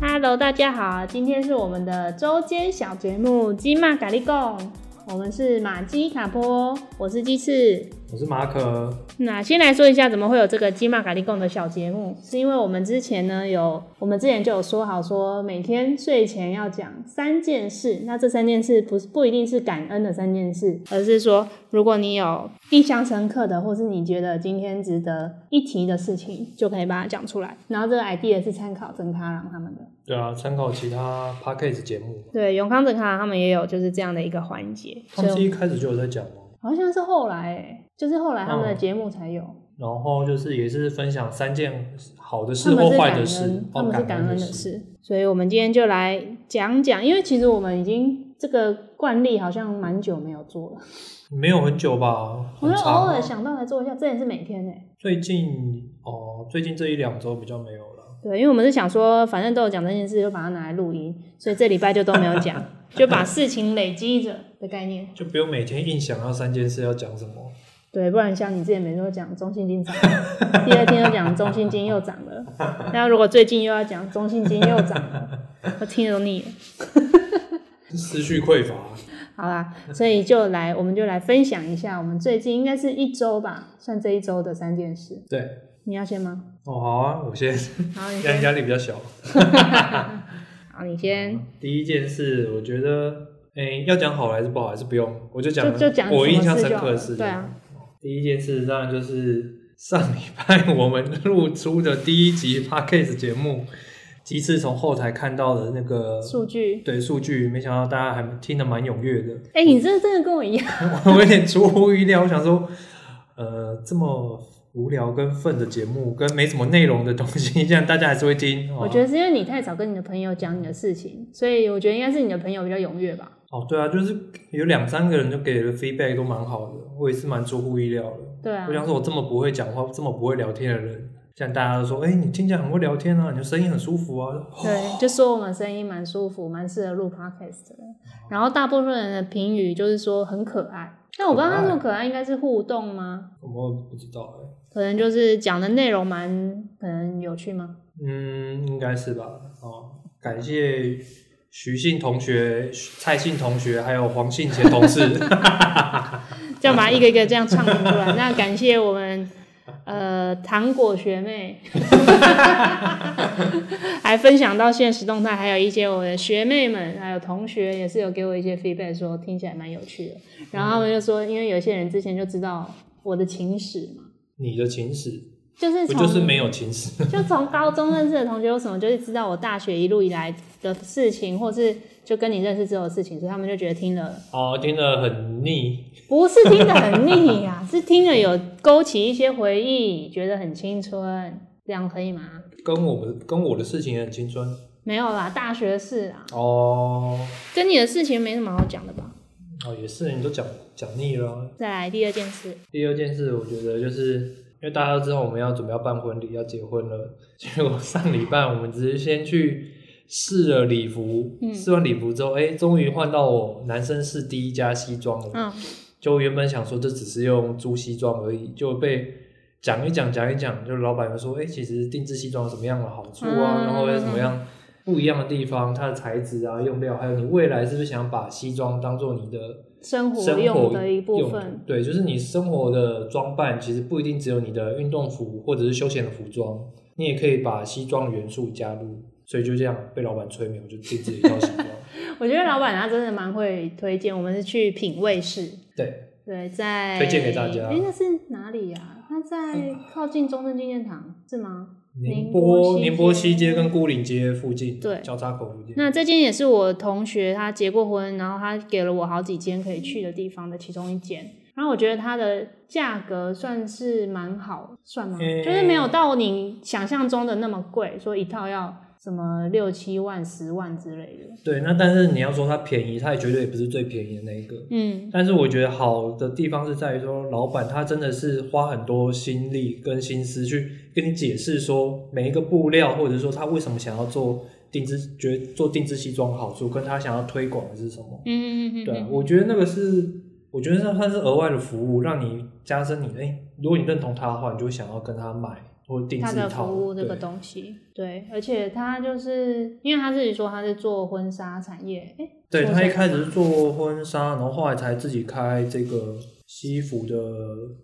Hello，大家好，今天是我们的周间小节目《鸡骂咖喱贡》，我们是马基卡波，我是鸡翅。我是马可，那先来说一下怎么会有这个鸡骂咖喱贡的小节目，是因为我们之前呢有，我们之前就有说好说每天睡前要讲三件事，那这三件事不是不一定是感恩的三件事，而是说如果你有印象深刻的，或是你觉得今天值得一提的事情，就可以把它讲出来。然后这个 idea 是参考曾卡朗他们的。对啊，参考其他 podcast 节目，对，永康整卡他们也有就是这样的一个环节，所他们是以一开始就有在讲哦。好像是后来、欸，就是后来他们的嗯节目才有。然后就是也是分享三件好的他事们或是坏感的恩，事，他哦，们是感恩恩的事。事，所以我们今天就来讲讲，因为其实我们已经这个惯例好像蛮久没有做了，没有很久吧，我很就偶长啊。尔想到来做一下，之前是每天哎、最近哦，最近这一两周比较没有了。对，因为我们是想说，反正都有讲这件事，就把它拿来录音，所以这礼拜就都没有 讲，就把事情累积着的概念。就不用每天硬想要三件事要讲什么，对，不然像你之前每次都讲中信金涨了，第二天又讲中信金又涨了，然后如果最近又要讲中信金又涨了，我听得都腻了。思绪匮乏。好啦，所以就来，我们就来分享一下我们最近应该是一周吧，算这一周的三件事。对，你要先吗？哦，好啊，我先好，你压先。压力比较小。好，你先。第一件事，我觉得，诶，要讲好还是不好，还是不用，我就就讲就讲我什么印象事深就好刻的了事。对啊，第一件事当然就是上礼拜我们露出的第一集 podcast 节目， 其次从后台看到的那个数据。对数据，没想到大家还听得蛮踊跃的， 哎、你这真的跟我一样。我有点出乎意料，我想说，呃，这么无聊跟粪的节目，跟没什么内容的东西， 这样大家还是会听。哦我觉得是因为你太少跟你的朋友讲你的事情，所以我觉得应该是你的朋友比较踊跃吧。哦，对啊，就是有两三个人就给了 feedback 都蛮好的，我也是蛮出乎意料的。对啊我，想说，我这么不会讲话，这么不会聊天的人，这样大家都说，哎、你听起来很会聊天啊，你的声音很舒服啊。对，就说我们声音蛮舒服，蛮适合录 podcast 的。然后大部分人的评语就是说很可爱，但我不知道他这种可爱应该是互动吗？我不知道哎、可能就是讲的内容蛮可能有趣吗？嗯，应该是吧。哦，感谢徐姓同学、蔡姓同学，还有黄姓前同事。这样把它一个一个这样唱出来。那感谢我们呃糖果学妹，还分享到现实动态，还有一些我的学妹们还有同学也是有给我一些 feedback，说听起来蛮有趣的。然后他们就说，因为有些人之前就知道我的情史嘛，你的情史，就是不从就是没有情史？就从高中认识的同学，为什么就是知道我大学一路以来的事情，或是就跟你认识之后的事情，所以他们就觉得听了。哦，听得很腻。不是听得很腻 呀、是听了有勾起一些回忆，觉得很青春，这样可以吗？跟我们跟我的事情也很青春没有啦，大学是啊，哦跟你的事情没什么好讲的吧？哦，也是，你都讲讲腻了啊。再来第二件事，第二件事，我觉得就是因为大家都知道我们要准备要办婚礼，要结婚了，结果上礼拜我们只是先去试了礼服，嗯试完礼服之后，哎、终于换到我男生试第一家西装了。嗯，就原本想说这只是用租西装而已，就被讲一讲讲一讲，就老板就说，哎、其实定制西装有什么样的好处啊，嗯然后有什么样不一样的地方，它的材质啊、用料，还有你未来是不是想把西装当做你的生活生活用的一部用分，对，就是你生活的装扮，其实不一定只有你的运动服或者是休闲的服装，你也可以把西装元素加入。所以就这样被老板催眠，我就定制了一套西装。我觉得老板他真的蛮会推荐，我们是去品味室，对，对，在推荐给大家嗯哎、那是哪里呀、啊？它在靠近中正纪念堂是吗？宁宁波波西宁波街西街跟孤岭街附近，对交叉口附近。那这间也是我同学他结过婚，然后他给了我好几间可以去的地方的其中一间。然后我觉得它的价格算是蛮好，算吗？诶就是没有到你想象中的那么贵，说一套要什么六七万、十万之类的。对，那但是你要说它便宜，它也绝对也不是最便宜的那一个。嗯，但是我觉得好的地方是在于说，老板他真的是花很多心力跟心思去跟你解释说每一个布料，或者说他为什么想要做定制，觉得做定制西装的好处，跟他想要推广的是什么。嗯嗯嗯对啊嗯，我觉得那个是，我觉得那算是额外的服务，让你加深你哎、诶如果你认同他的话，你就会想要跟他买，或者定他制的套服务这个对东西，对，而且他就是因为他自己说他是做婚纱产业，哎、对做他什一么开始是做婚纱，然后后来才自己开这个西服的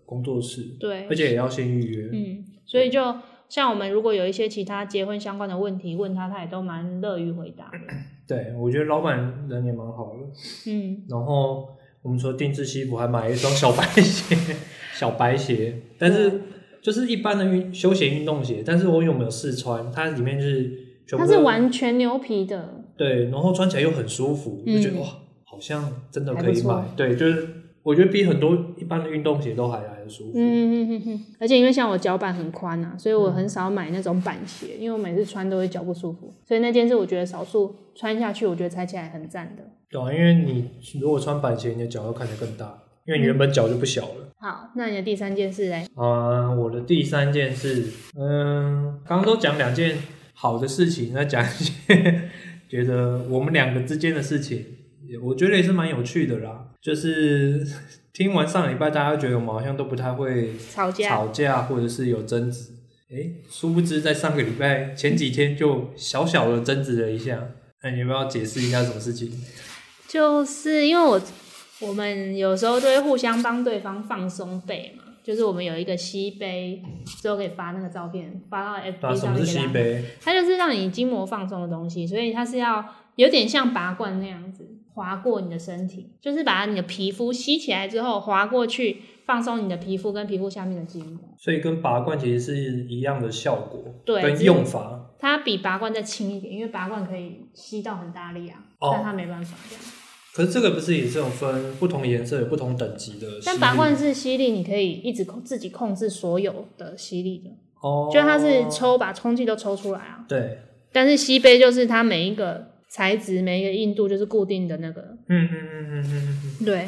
工作室，对，而且也要先预约。嗯，所以就像我们如果有一些其他结婚相关的问题问他，他也都蛮乐于回答的。对，我觉得老板人也蛮好的。嗯，然后我们除了定制西服，还买了一双小白鞋， 小白鞋，但是就是一般的运休闲运动鞋，但是我有没有试穿？它里面就是全部他是都完全牛皮的，对，然后穿起来又很舒服，就觉得嗯哇，好像真的还可不以错买。对，就是我觉得比很多一般的运动鞋都还来的舒服。嗯嗯嗯嗯，而且因为像我脚板很宽啊，所以我很少买那种板鞋，因为我每次穿都会脚不舒服，所以那件是我觉得少数穿下去，我觉得踩起来很赞的。对啊，因为你如果穿板鞋，你的脚要看起来更大，因为你嗯原本脚就不小了。好，那你的第三件事嘞？啊、我的第三件事，嗯，刚刚都讲两件好的事情，那讲一些觉得我们两个之间的事情，也我觉得也是蛮有趣的啦。 就是听完上礼拜，大家觉得我们好像都不太会吵架。吵架，或者是有争执。诶，殊不知在上个礼拜前几天就小小的争执了一下。那你要不要解释一下什么事情？就是因为我我们有时候就会互相帮对方放松背嘛，就是我们有一个吸杯，之后可以发那个照片发到啊， FB 什上么面是给大西家北？它就是让你筋膜放松的东西，所以它是要有点像拔罐那样子划过你的身体，就是把你的皮肤吸起来之后划过去，放松你的皮肤跟皮肤下面的筋膜。所以跟拔罐其实是一样的效果，对跟用法。它比拔罐再轻一点，因为拔罐可以吸到很大力啊，哦但它没办法这样。可是这个不是也是有分不同颜色、有不同等级的吸但力？拔罐是吸力，你可以一直控自己控制所有的吸力的，哦，就它是抽把空气都抽出来啊。对，但是吸杯就是它每一个材质、每一个硬度就是固定的那个嗯嗯嗯嗯嗯嗯嗯，对，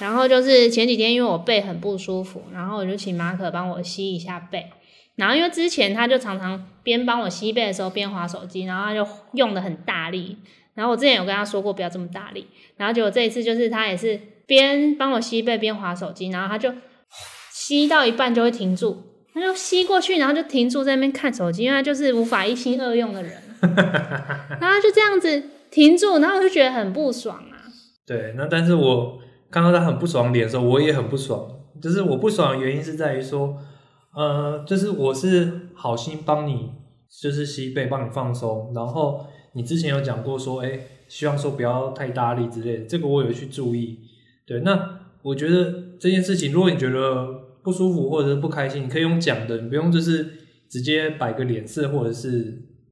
然后就是前几天因为我背很不舒服，然后我就请马可帮我吸一下背。然后因为之前他就常常边帮我吸背的时候边划手机，然后他就用的很大力。然后我之前有跟他说过不要这么大力，然后结果这一次就是他也是边帮我吸背边划手机，然后他就吸到一半就会停住，他就吸过去，然后就停住在那边看手机，因为他就是无法一心二用的人，然后他就这样子停住，然后我就觉得很不爽啊。对。那但是我看到他很不爽脸的时候，我也很不爽。就是我不爽的原因是在于说，呃，就是我是好心帮你，就是吸背帮你放松，然后你之前有讲过说，哎、希望说不要太大力之类的，这个我有去注意。对，那我觉得这件事情，如果你觉得不舒服或者是不开心，你可以用讲的，你不用就是直接摆个脸色，或者是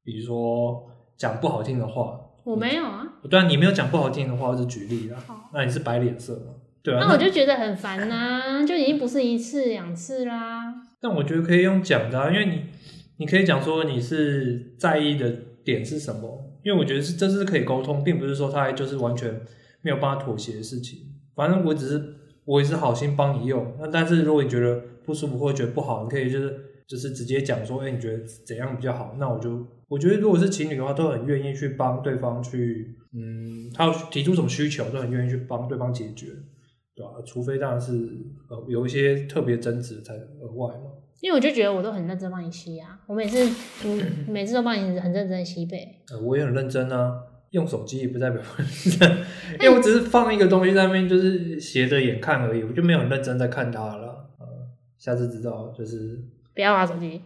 比如说讲不好听的话。我没有啊。对啊，你没有讲不好听的话，我是举例啦好。那你是摆脸色嘛？对啊，那我就觉得很烦呐、就已经不是一次两次啦。但我觉得可以用讲的、啊，因为你你可以讲说你是在意的点是什么，因为我觉得是这是可以沟通，并不是说他就是完全没有办法妥协的事情。反正我只是我也是好心帮你用，那但是如果你觉得不舒服或觉得不好，你可以就是就是直接讲说，哎、你觉得怎样比较好？那我就我觉得如果是情侣的话，都很愿意去帮对方去，嗯，他要提出什么需求，都很愿意去帮对方解决。对吧、除非当然是呃有一些特别争执才额外嘛。因为我就觉得我都很认真帮你吸啊，我每次嗯每次都帮你很认真地吸背，呃，我也很认真啊，用手机也不代表我认真， 因为我只是放一个东西在那边，就是斜着眼看而已，我就没有很认真在看它了。呃，下次知道就是不要玩手机，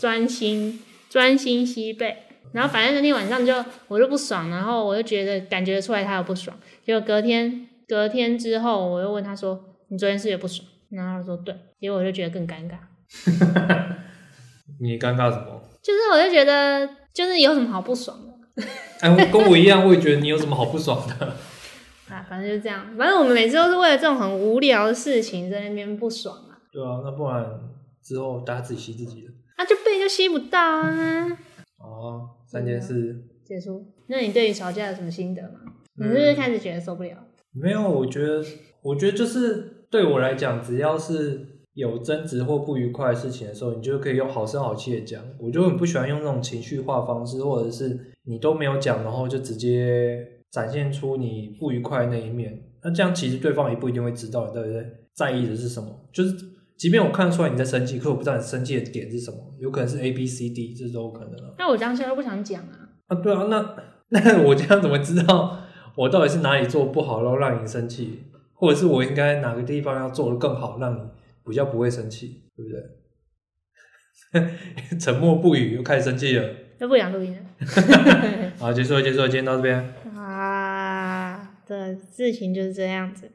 专心专心吸背。然后反正那天晚上就我就不爽，然后我就觉得感觉出来他有不爽，结果隔天隔天之后我又问他说你昨天是不是也不爽，然后他说对，结果我就觉得更尴尬，你尴尬什么？就是我就觉得就是有什么好不爽的。哎，我跟我一样，我也觉得你有什么好不爽的？ 啊，反正就是这样。反正我们每次都是为了这种很无聊的事情在那边不爽啊，对啊，那不然之后大家自己吸自己的啊就背就吸不到啊。哦。三件事结束。那你对于吵架有什么心得吗？你嗯是不是开始觉得受不了？没有，我觉得，我觉得就是对我来讲，只要是有争执或不愉快的事情的时候，你就可以用好声好气的讲。我就很不喜欢用那种情绪化方式，或者是你都没有讲，然后就直接展现出你不愉快的那一面。那这样其实对方也不一定会知道你到底在在意的是什么。就是即便我看得出来你在生气，可我不知道你生气的点是什么，有可能是 A B C D，这都有可能啊。那我当下又不想讲啊，啊，对啊，那那我这样怎么知道我到底是哪里做不好，然后让你生气，或者是我应该哪个地方要做的更好，让你比较不会生气，对不对？ 沉默不语，又开始生气了。又不想录音好，结束了，结束了，今天到这边。了啊。这事情就是这样子，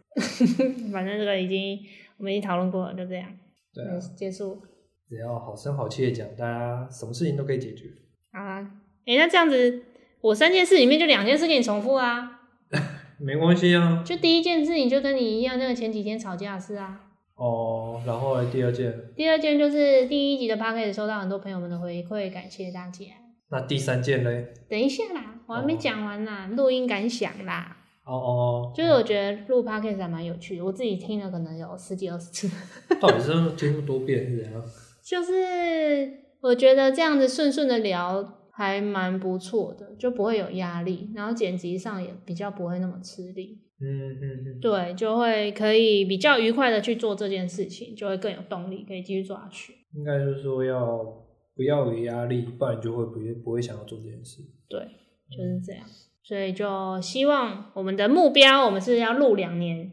反正这个已经我们已经讨论过了，就这样，对啊，结束。只要好声好气的讲，大家什么事情都可以解决。好啦，啊诶、那这样子，我三件事里面就两件事给你重复啊，没关系啊。就第一件事情就跟你一样，那个前几天吵架的事啊。哦，然后第二件，第二件就是第一集的 p a c k a g e 收到很多朋友们的回馈，感谢大家。那第三件嘞？等一下啦，我还没讲完啦，录、音感想啦，哦哦，就是我觉得录 p a c k a g e 还蛮有趣的，我自己听了可能有十几二十次， 到底是听那么多啊遍是怎样？就是我觉得这样子顺顺的聊还蛮不错的，就不会有压力，然后剪辑上也比较不会那么吃力，嗯嗯嗯，对，就会可以比较愉快的去做这件事情，就会更有动力，可以继续做下去。应该就是说要不要有压力，不然你就会不会不会想要做这件事。对，就是这样。所以就希望我们的目标，我们是要录两年。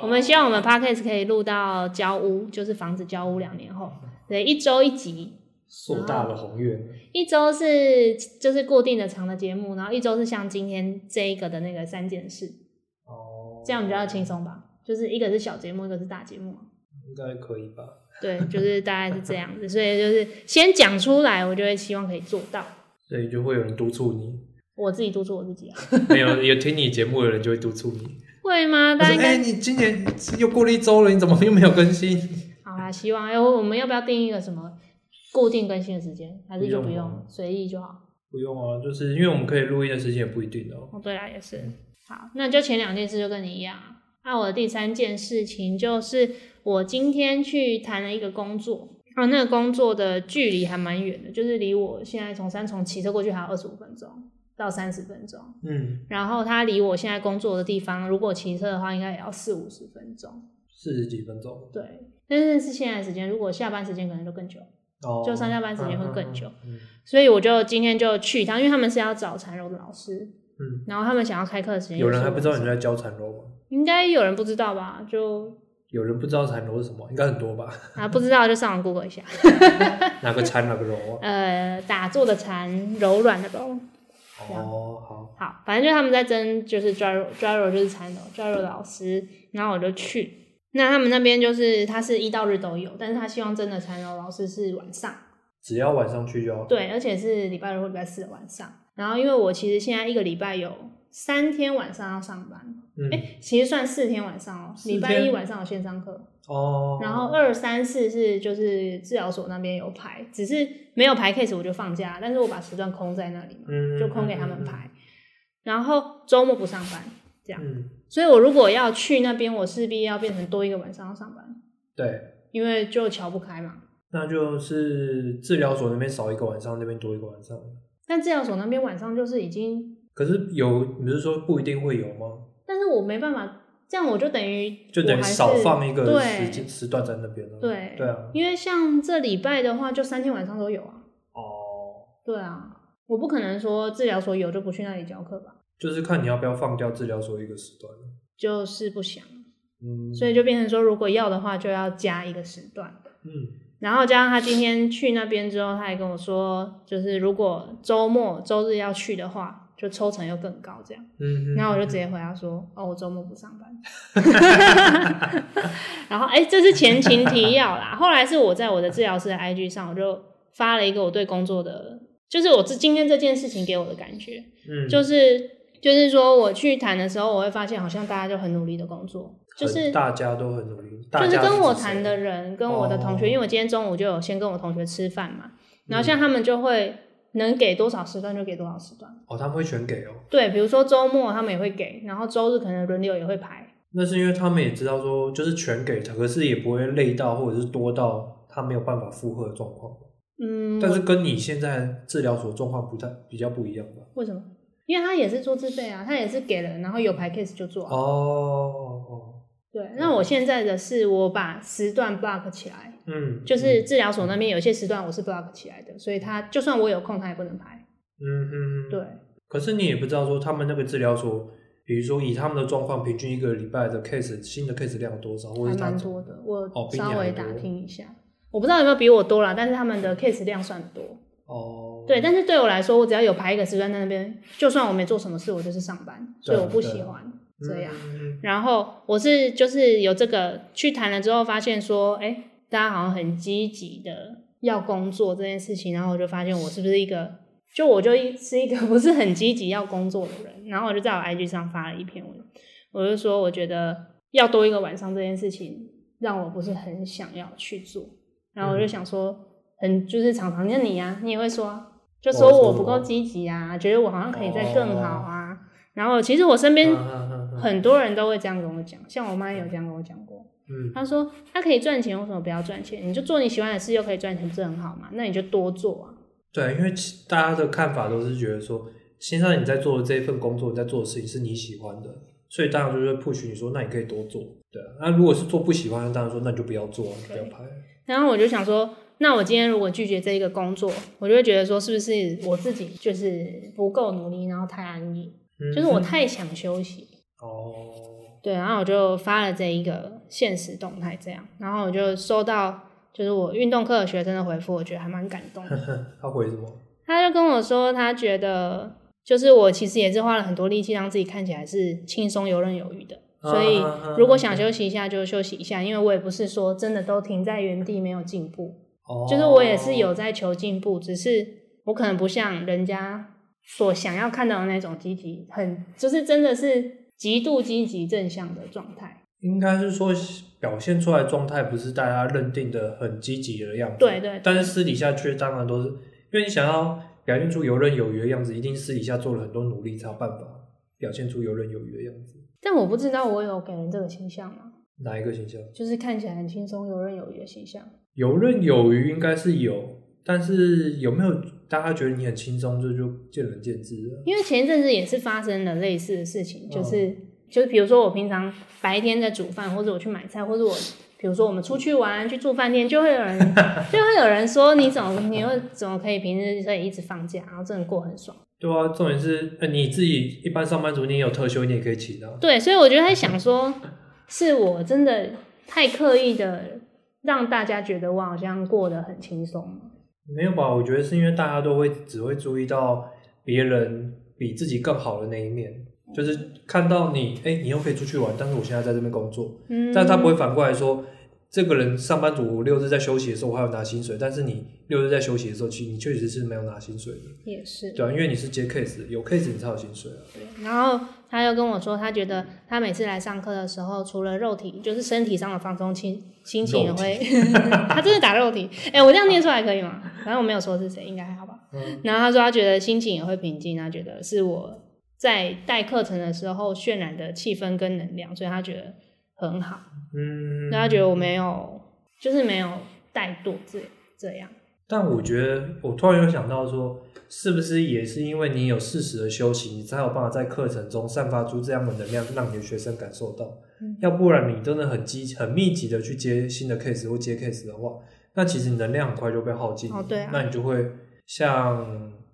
我们希望我们 podcast 可以录到交屋，就是房子交屋两年后，对，一周一集，硕大的宏愿，一周是就是固定的长的节目，然后一周是像今天这一个的那个三件事，哦，这样比较轻松吧？就是一个是小节目，一个是大节目，啊应该可以吧？对，就是大概是这样子。所以就是先讲出来，我就会希望可以做到。所以就会有人督促你，我自己督促我自己啊，没有有听你节目的人就会督促你。会吗？他 大家说：“应哎、该你今年又过了一周了，你怎么又没有更新？”好啦，希望哎、我们要不要定一个什么固定更新的时间？还是就不不用用啊随意就好？不用啊，就是因为我们可以录音的时间也不一定哦。哦，对啦，也是。好，那就前两件事就跟你一样啊。那我的第三件事情就是，我今天去谈了一个工作，啊，那个工作的距离还蛮远的，就是离我现在从三重骑车过去还有二十五分钟到三十分钟。嗯，然后它离我现在工作的地方，如果骑车的话，应该也要四五十分钟。四十几分钟，对，但是是现在的时间，如果下班时间可能就更久。哦，就上下班时间会更久嗯。嗯所以我就今天就去一趟，因为他们是要找缠柔的老师，嗯然后他们想要开课的时嗯间，有人还不知道你，在教缠柔吗？应该有人不知道吧？就有人不知道缠柔是什么，应该很多吧？ 啊不知道就上网 Google 一下，哪个缠哪个柔 啊？呃，打坐的缠，柔软的柔，啊哦，好，好，反正就是他们在争，就是 Jaro Jaro 就是缠柔 Jaro 老师，然后我就去。那他们那边就是他是一到日都有，但是他希望真的缠柔老师是晚上。只要晚上去就好。对，而且是礼拜六或礼拜四的晚上。然后因为我其实现在一个礼拜有三天晚上要上班，嗯，哎、其实算四天晚上哦、四礼拜一天晚上有线上课，哦，然后二三四是就是治疗所那边有排，只是没有排 case 我就放假，但是我把时段空在那里嘛，嗯，就空给他们嗯，排。然后周末不上班，嗯，所以我如果要去那边，我势必要变成多一个晚上要上班，对，因为就瞧不开嘛。那就是治疗所那边少一个晚上，那边多一个晚上。但治疗所那边晚上就是已经，可是有，你不是说不一定会有吗？但是我没办法，这样我就等于就等我于还是少放一个时对间，时段在那边了。对对啊，因为像这礼拜的话，就三天晚上都有啊。哦，对啊，我不可能说治疗所有就不去那里教课吧，就是看你要不要放掉治疗所一个时段。就是不想，嗯，所以就变成说，如果要的话，就要加一个时段。嗯然后加上他今天去那边之后，他还跟我说，就是如果周末周日要去的话，就抽成又更高这样。嗯，然后我就直接回答说：“哦，我周末不上班。” 然后，哎、这是前情提要啦。后来是我在我的治疗师的 IG 上，我就发了一个我对工作的，就是我这今天这件事情给我的感觉，嗯就是就是说我去谈的时候，我会发现好像大家就很努力的工作，就是很大家都很努力，大就是家跟我指谈谁的人，跟我的同学，哦因为我今天中午就有先跟我同学吃饭嘛，然后像他们就会能给多少时段就给多少时段。哦，他们会全给哦。对，比如说周末他们也会给，然后周日可能轮流也会排。那是因为他们也知道说，就是全给他，可是也不会累到或者是多到他没有办法负荷的状况。嗯，但是我跟你现在治疗所状况不太比较不一样吧？为什么？哦因为他也是做自费啊，他也是给了，然后有排 case 就做、啊。哦哦，对，那我现在的是我把时段 block 起来，嗯，就是治疗所那边有些时段我是 block 起来的，所以他就算我有空，他也不能排。嗯嗯，嗯对。，可是你也不知道说他们那个治疗所，比如说以他们的状况，平均一个礼拜的 case 新的 case 量多少，或还者他蛮多的，我哦比你稍还微多打听一下，我不知道有没有比我多啦，但是他们的 case 量算多。哦，对，但是对我来说，我只要有排一个时段在那边，就算我没做什么事，我就是上班，所以对我不对喜欢嗯这样。嗯然后我是就是有这个去谈了之后，发现说，哎、大家好像很积极的要工作这件事情，然后我就发现我是不是一个，就我就一是一个不是很积极要工作的人，然后我就在我 IG 上发了一篇文，我就说我觉得要多一个晚上这件事情让我不是很想要去做，然后我就想说，很就是常常像你呀、你也会说啊，就说我不够积极啊，觉得我好像可以再更好啊，然后其实我身边嗯嗯嗯嗯很多人都会这样跟我讲，像我妈也有这样跟我讲过。嗯她说她可以赚钱，为什么不要赚钱？你就做你喜欢的事，又可以赚钱，不是很好吗？那你就多做啊。对，因为其大家的看法都是觉得说，现在你在做的这一份工作，你在做的事情是你喜欢的，所以当然就是会 push 你说，那你可以多做，对啊。那如果是做不喜欢的，当然说那你就不要做啊，你不要拍。然后我就想说，那我今天如果拒绝这一个工作，我就会觉得说，是不是我自己就是不够努力，然后太安逸，嗯就是我太想休息。哦， 对，然后我就发了这一个现实动态，这样，然后我就收到就是我运动课的学生的回复，我觉得还蛮感动的。他回什么？他就跟我说，他觉得就是我其实也是花了很多力气让自己看起来是轻松游刃有余的，所以啊啊啊如果想休息一下就休息一下，因为我也不是说真的都停在原地没有进步，哦，就是我也是有在求进步，只是我可能不像人家所想要看到的那种积极，很就是真的是极度积极正向的状态。应该是说表现出来的状态不是大家认定的很积极的样子，对对对但是私底下却当然都是，因为你想要表现出游刃有余的样子，一定私底下做了很多努力才有办法表现出游刃有余的样子。但我不知道我有给人这个形象吗？哪一个形象？就是看起来很轻松、游刃有余的形象。游刃有余应该是有，但是有没有大家觉得你很轻松，这就见仁见智了。因为前一阵子也是发生了类似的事情，嗯就是、就是比如说我平常白天在煮饭，或者我去买菜，或者我比如说我们出去玩去住饭店，就会有 人就会有人说你怎么你会怎么可以平日可以一直放假，然后真的过很爽。对啊，重点是，呃，你自己一般上班族，你也有特休，你也可以请啊。对，所以我就在想说，是我真的太刻意的让大家觉得我好像过得很轻松吗。没有吧？我觉得是因为大家都会只会注意到别人比自己更好的那一面，就是看到你，哎、你又可以出去玩，但是我现在在这边工作，嗯，但是他不会反过来说，这个人上班族六日在休息的时候我还有拿薪水，但是你六日在休息的时候，其实你确实是没有拿薪水的，也是对啊，因为你是接 case，的有 case 你才有薪水啊。对然后他又跟我说，他觉得他每次来上课的时候，除了肉体，就是身体上的放松，心心情也会。 他真的打肉体，哎、我这样念出来可以吗？反正我没有说是谁，应该还好吧。嗯然后他说他觉得心情也会平静，啊他觉得是我在带课程的时候渲染的气氛跟能量，所以他觉得很好。嗯，所以他觉得我没有，就是没有怠惰这这样。但我觉得，我突然又想到说，是不是也是因为你有适时的休息，你才有办法在课程中散发出这样的能量，让你的学生感受到。嗯要不然你真的很积很密集的去接新的 case 或接 case 的话，那其实你能量很快就被耗尽。哦对啊那你就会像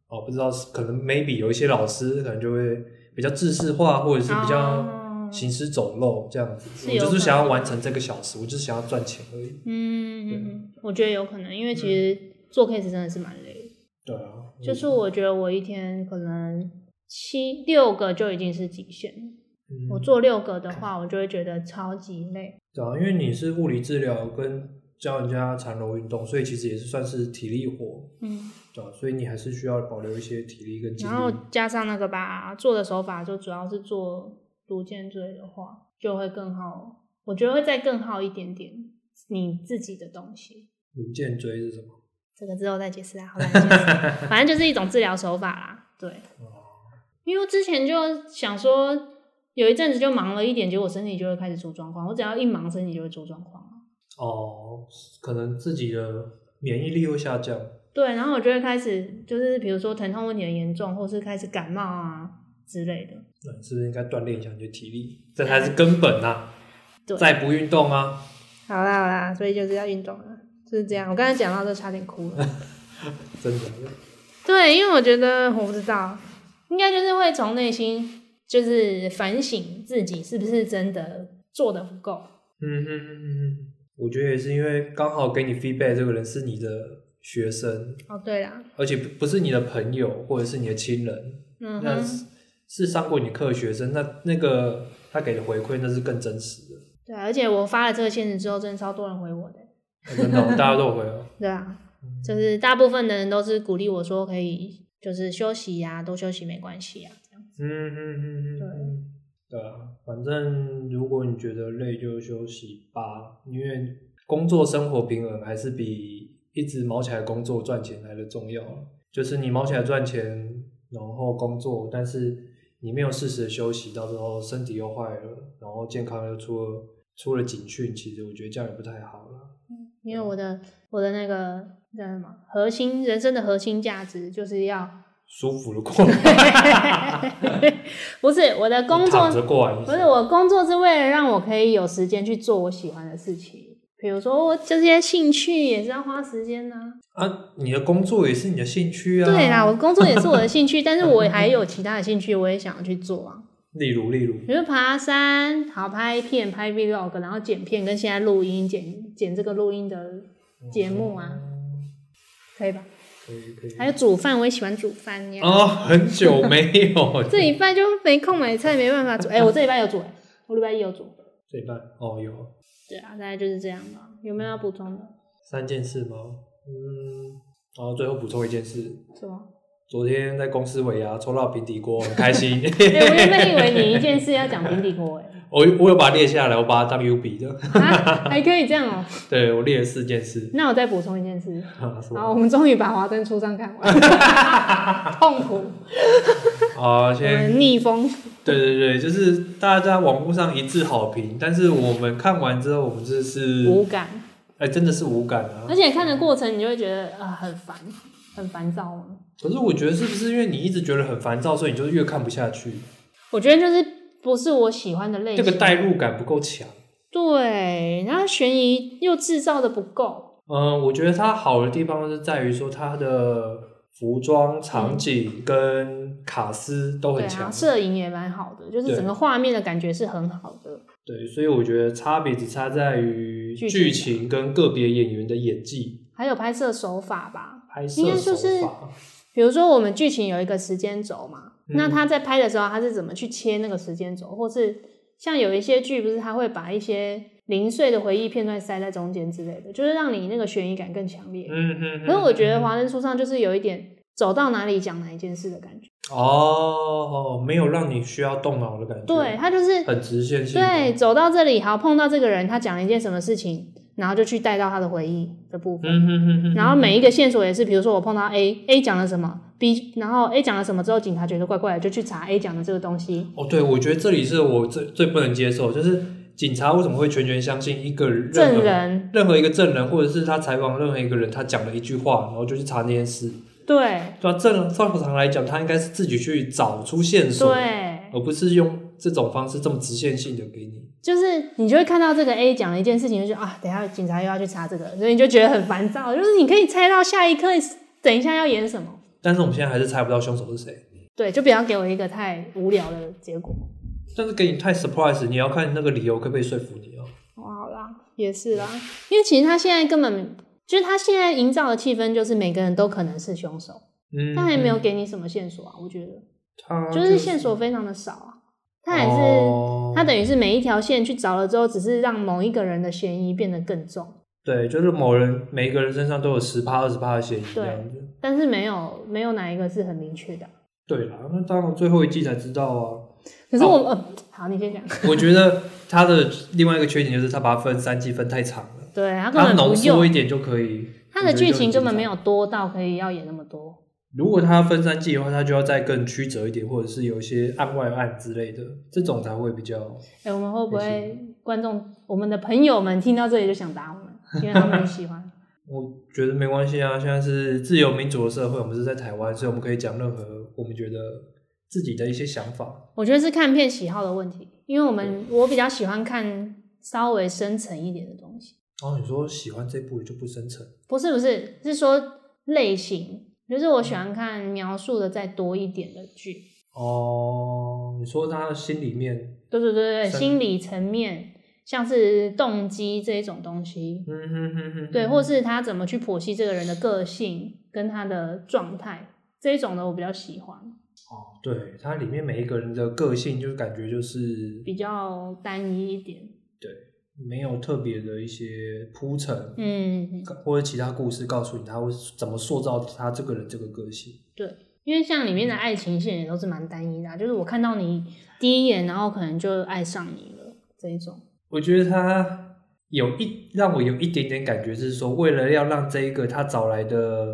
哦，不知道可能 maybe 有一些老师可能就会比较制式化，或者是比较哦行尸走肉这样子。是我有就是可想要能完成这个小时，我就是想要赚钱而已。嗯嗯对嗯，我觉得有可能，因为其实做 case 真的是蛮累的。对啊，就是我觉得我一天可能七六个就已经是极限了。嗯我做六个的话，我就会觉得超级累。对啊，因为你是物理治疗跟教人家缠柔运动，所以其实也是算是体力活，嗯，对啊，所以你还是需要保留一些体力跟精然后力。加上那个吧，做的手法就主要是做毒箭椎的话，就会更好，我觉得会再更好一点点你自己的东西。颅颈椎是什么？这个之后再解释啊，后来解释，反正就是一种治疗手法啦。对，哦，因为我之前就想说，有一阵子就忙了一点，结果身体就会开始出状况。我只要一忙，身体就会出状况啊。哦，可能自己的免疫力会下降。对，然后我就会开始，就是比如说疼痛问题很严重，或是开始感冒啊之类的。那你是不是应该锻炼一下你的体力？这才是根本呐、啊 对再不运动啊，好啦好啦，所以就是要运动了，就是这样。我刚才讲到这差点哭了。真的 对，因为我觉得我不知道，应该就是会从内心就是反省自己是不是真的做的不够。嗯嗯嗯嗯，我觉得也是因为刚好给你 feedback 这个人是你的学生，哦，对啦，而且不不是你的朋友或者是你的亲人，嗯那哼，是是上过你课的学生，那那个他给的回馈那是更真实的，对啊，而且我发了这个现实之后，真的超多人回我的。那真 的哦大家都有回哦。对啊，就是大部分的人都是鼓励我说可以就是休息呀、多休息没关系啊，这样子。嗯嗯嗯嗯嗯，对啊，反正如果你觉得累就休息吧，因为工作生活平衡还是比一直忙起来工作赚钱来的重要啊。就是你忙起来赚钱，然后工作，但是你没有适时的休息，到时候身体又坏了，然后健康又出了出了警讯，其实我觉得这样也不太好了。因为我的我的那个叫什么核心人生的核心价值就是要，舒服的过来，不是我的 工作躺着过来，不是我工作是为了让我可以有时间去做我喜欢的事情，比如说我这些兴趣也是要花时间的啊、啊，你的工作也是你的兴趣啊。对啦，我工作也是我的兴趣，但是我还有其他的兴趣，我也想要去做啊，例如例如，比如爬山，好拍片、拍 vlog，然后剪片，跟现在录音剪剪这个录音的节目啊，可以吧？可以可以。还有煮饭，我也喜欢煮饭呀。哦，很久没有 这礼拜就没空买菜，没办法煮。哎、我这礼拜有煮、哎我礼拜一有煮。这一半哦，有对啊，大概就是这样吧。有没有要补充的？三件事吗？嗯，然后最后补充一件事，是吗？昨天在公司尾牙抽到平底锅，很开 心。哎、我原本以为你一件事要讲平底锅、哎、我我有把它列下来，我把它当 U 比的。啊，还可以这样哦、对我列了四件事，那我再补充一件事。啊是好，吧我们终于把《华灯初上》看完，痛苦，啊，我先们逆风。对对对，就是大家在网络上一致好评，但是我们看完之后，我们就是无感，哎、真的是无感啊而。且看的过程你就会觉得啊、很烦，很烦躁啊吗？可是我觉得是不是因为你一直觉得很烦躁，所以你就越看不下去，我觉得就是不是我喜欢的类这型，啊个代入感不够强。对，然后悬疑又制造的不够，嗯，我觉得它好的地方是在于说它的服装、场景跟卡斯都嗯对很强，啊，摄影也蛮好的，就是对整个画面的感觉是很好的，对，所以我觉得差别只差在于剧剧情啊情跟个别演员的演技、还有拍摄手法吧，拍应摄该就手是法。比如说我们剧情有一个时间轴嘛，嗯那他在拍的时候他是怎么去切那个时间轴，或是像有一些剧不是他会把一些零碎的回忆片段塞在中间之类的，就是让你那个悬疑感更强烈。嗯嗯。可是我觉得《话华灯初上》就是有一点走到哪里讲哪一件事的感觉，哦，没有让你需要动脑的感觉，对，他就是很直线性的。对走到这里，好碰到这个人，他讲了一件什么事情，然后就去带到他的回忆的部分。嗯哼哼哼。然后每一个线索也是，比如说我碰到 A，A 讲了什么，B，然后 A 讲了什么之后，警察觉得怪怪的，就去查 A 讲的这个东西。哦，对，我觉得这里是我最最不能接受，就是警察为什么会全权相信一个任何证人任何一个证人，或者是他采访任何一个人，他讲了一句话，然后就去查那件事。对对啊，正正常来讲，他应该是自己去找出线索，对，而不是用这种方式这么直线性的给你。就是你就会看到这个 A 讲了一件事情，就觉得啊，等一下警察又要去查这个，所以你就觉得很烦躁。就是你可以猜到下一刻等一下要演什么，但是我们现在还是猜不到凶手是谁。对，就不要给我一个太无聊的结果。但是给你太 surprise，你要看那个理由可不可以说服你哦。哇，好啦，也是啦，因为其实他现在根本就是他现在营造的气氛就是每个人都可能是凶手，嗯，但还没有给你什么线索啊，我觉得。他就是线索非常的少啊。他也是，哦他等于是每一条线去找了之后，只是让某一个人的嫌疑变得更重，对，就是某人每个人身上都有十趴二十趴的嫌疑这样子。但是没有没有哪一个是很明确的啊。对啦，那当然最后一季才知道啊。可是我、呃，好，你先讲。我觉得它的另外一个缺点就是它把它分三季分太长了，对他根它本不浓缩用，一点就可以。他的剧情根本没我有觉得就很精彩。多到可以要演那么多。如果它分三季的话，它就要再更曲折一点，或者是有一些案外案之类的，这种才会比较。哎、我们会不会观众，我们的朋友们听到这里就想打我们，因为他们很喜欢。我觉得没关系啊，现在是自由民主的社会，我们是在台湾，所以我们可以讲任何我们觉得自己的一些想法。我觉得是看片喜好的问题，因为我们我比较喜欢看稍微深层一点的东西。然哦后你说喜欢这部就不深层，不是不是，是说类型，就是我喜欢嗯看描述的再多一点的剧。哦，你说他的心里面，对对对对，深心理层面，像是动机这一种东西，嗯哼哼哼，对，或是他怎么去剖析这个人的个性跟他的状态这一种的，我比较喜欢，哦，对，它里面每一个人的个性就是感觉就是比较单一一点。没有特别的一些铺陈，嗯，或者其他故事告诉你他会怎么塑造他这个人这个个性。因为像里面嗯的爱情线也都是蛮单一的啊、就是我看到你第一眼，然后可能就爱上你了这一种。我觉得他有一让我有一点点感觉是说，为了要让这一个他找来的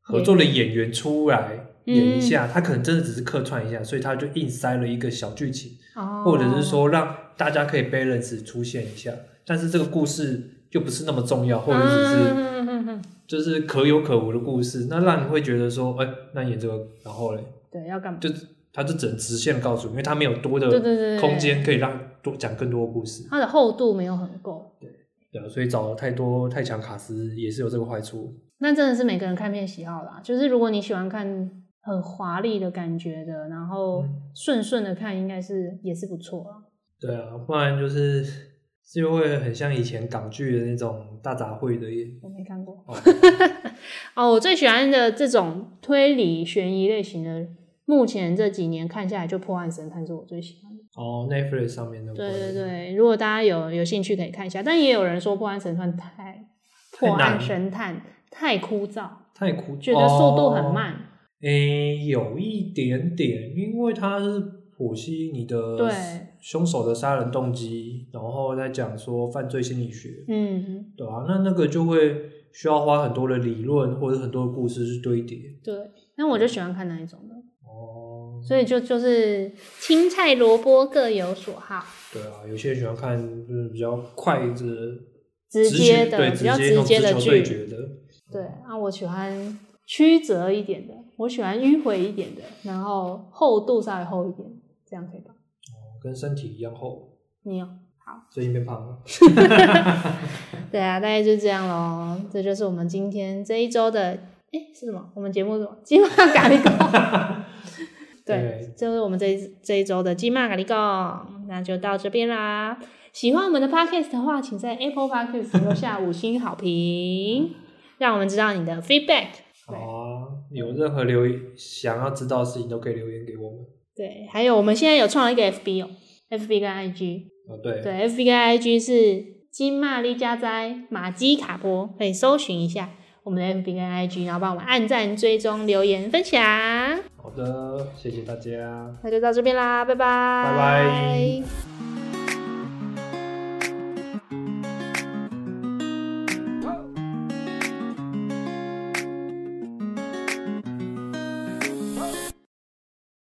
合作的演员出来嗯演一下，他可能真的只是客串一下，所以他就硬塞了一个小剧情，哦，或者是，说让大家可以 balance 出现一下，但是这个故事又不是那么重要，或者只是。嗯、就是可有可无的故事，那让你会觉得说，哎、那演这个，然后嘞， 对，要干嘛？就他就只能直线告诉你，因为他没有多对对的对，对空，间可以让多讲更多的故事，它的厚度没有很够。对啊，所以找了太多太强卡司也是有这个坏处。那真的是每个人看片喜好啦，就是如果你喜欢看很华丽的感觉的，然后嗯顺顺的看，应该是也是不错啊。对啊，不然就是就会很像以前港剧的那种大杂烩的耶。我没看过。哦 哦，我最喜欢的这种推理悬疑类型的，目前这几年看下来，就《破案神探》是我最喜欢的。哦，Netflix 上面的，对对，对，如果大家有有兴趣可以看一下，但也有人说《破案神探》太《太破难案神探》太枯燥，太枯燥，觉得速度很慢。哦。诶、有一点点，因为它是剖析你的对凶手的杀人动机，然后再讲说犯罪心理学，嗯，对啊，那那个就会需要花很多的理论或者很多的故事去堆叠。对。那我就喜欢看那一种的，哦，所以就就是青菜萝卜各有所好，对啊，有些人喜欢看就是比较快的、直接觉的对比直较接那直种接的直球对剧。决的。对，啊，我喜欢曲折一点的，我喜欢迂回一点的，然后厚度稍微厚一点，这样可以吧？哦跟身体一样厚，你有？最近变胖了。对啊，大概就这样喽。这就是我们今天这一周的，哎、是什么？我们节目是什么？ 鸡骂咖喱贡。对对，就是我们这一这一周的鸡骂咖喱贡，那就到这边啦。喜欢我们的 podcast 的话，请在 Apple Podcast 留下五星好评，让我们知道你的 feedback。好对啊，有任何留言想要知道的事情都可以留言给我们。对，还有我们现在有创了一个 FB 哦，FB 跟 IG，哦，对，对，FB 跟 IG 是金玛丽加哉马基卡波，可以搜寻一下我们的 FB 跟 IG，然后帮我们按赞、追踪、留言、分享。好的，谢谢大家。那就到这边啦，拜拜，拜拜。